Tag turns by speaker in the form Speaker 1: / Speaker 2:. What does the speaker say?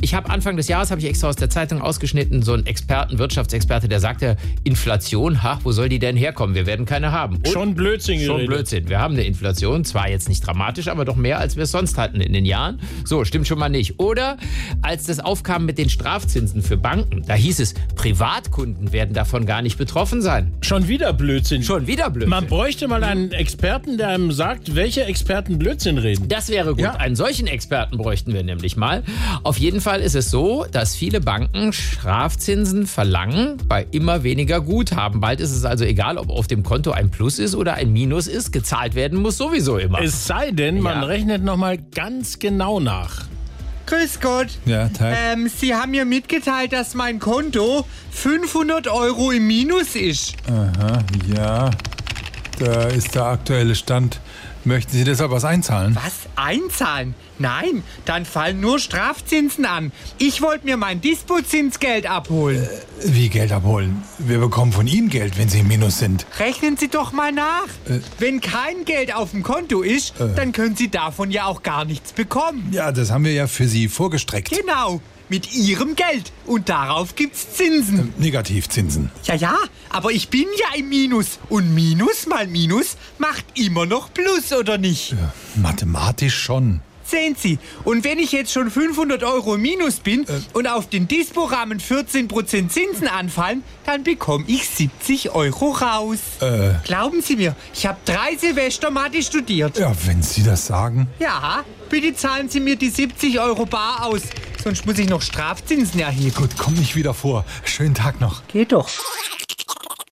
Speaker 1: ich habe Anfang des Jahres, habe ich extra aus der Zeitung ausgeschnitten, so einen Experten, Wirtschaftsexperte, der sagte, Inflation, ha, wo soll die denn herkommen? Wir werden keine haben. Und
Speaker 2: Schon Blödsinn
Speaker 1: Schon
Speaker 2: geredet.
Speaker 1: Blödsinn. Wir haben eine Inflation, zwar jetzt nicht dramatisch, aber doch mehr, als wir es sonst hatten in den Jahren. So, stimmt schon mal nicht. Oder als das aufkam mit den Strafzinsen für Banken, da hieß es, Privatkunden werden davon gar nicht betroffen sein.
Speaker 2: Schon wieder Blödsinn.
Speaker 1: Schon wieder Blödsinn.
Speaker 2: Man bräuchte mal einen Experten, der einem sagt, welche Experten Blödsinn reden.
Speaker 1: Das wäre gut.
Speaker 2: Ja.
Speaker 1: Einen solchen Experten bräuchten wir nämlich mal. Auf jeden Fall ist es so, dass viele Banken Strafzinsen verlangen bei immer weniger Guthaben. Bald ist es also egal, ob auf dem Konto ein Plus ist oder ein Minus ist. Gezahlt werden muss sowieso immer.
Speaker 2: Es sei denn, man
Speaker 1: Ja.
Speaker 2: rechnet nochmal ganz genau nach.
Speaker 3: Grüß Gott.
Speaker 4: Ja, Tag.
Speaker 3: Ähm, Sie haben mir mitgeteilt, dass mein Konto 500 Euro im Minus ist.
Speaker 4: Aha, ja. Da ist der aktuelle Stand. Möchten Sie deshalb was einzahlen?
Speaker 3: Was? Einzahlen? Nein, dann fallen nur Strafzinsen an. Ich wollte mir mein Dispozinsgeld abholen.
Speaker 4: Wie Geld abholen? Wir bekommen von Ihnen Geld, wenn Sie im Minus sind.
Speaker 3: Rechnen Sie doch mal nach. Wenn kein Geld auf dem Konto ist, dann können Sie davon ja auch gar nichts bekommen.
Speaker 4: Ja, das haben wir ja für Sie vorgestreckt.
Speaker 3: Genau, mit Ihrem Geld. Und darauf gibt's Zinsen.
Speaker 4: Ähm. Negativzinsen.
Speaker 3: Ja, ja, aber ich bin ja im Minus. Und Minus mal Minus macht immer noch Plus, oder nicht?
Speaker 4: Mathematisch schon.
Speaker 3: Sehen Sie, und wenn ich jetzt schon 500 Euro im Minus bin und auf den Dispo-Rahmen 14% Zinsen anfallen, dann bekomme ich 70 Euro raus. Glauben Sie mir, ich habe drei Semester Mathe studiert.
Speaker 4: Ja, wenn Sie das sagen.
Speaker 3: Ja, bitte zahlen Sie mir die 70 Euro bar aus, sonst muss ich noch Strafzinsen erheben.
Speaker 4: Gut, komm nicht wieder vor. Schönen Tag noch.
Speaker 3: Geht doch.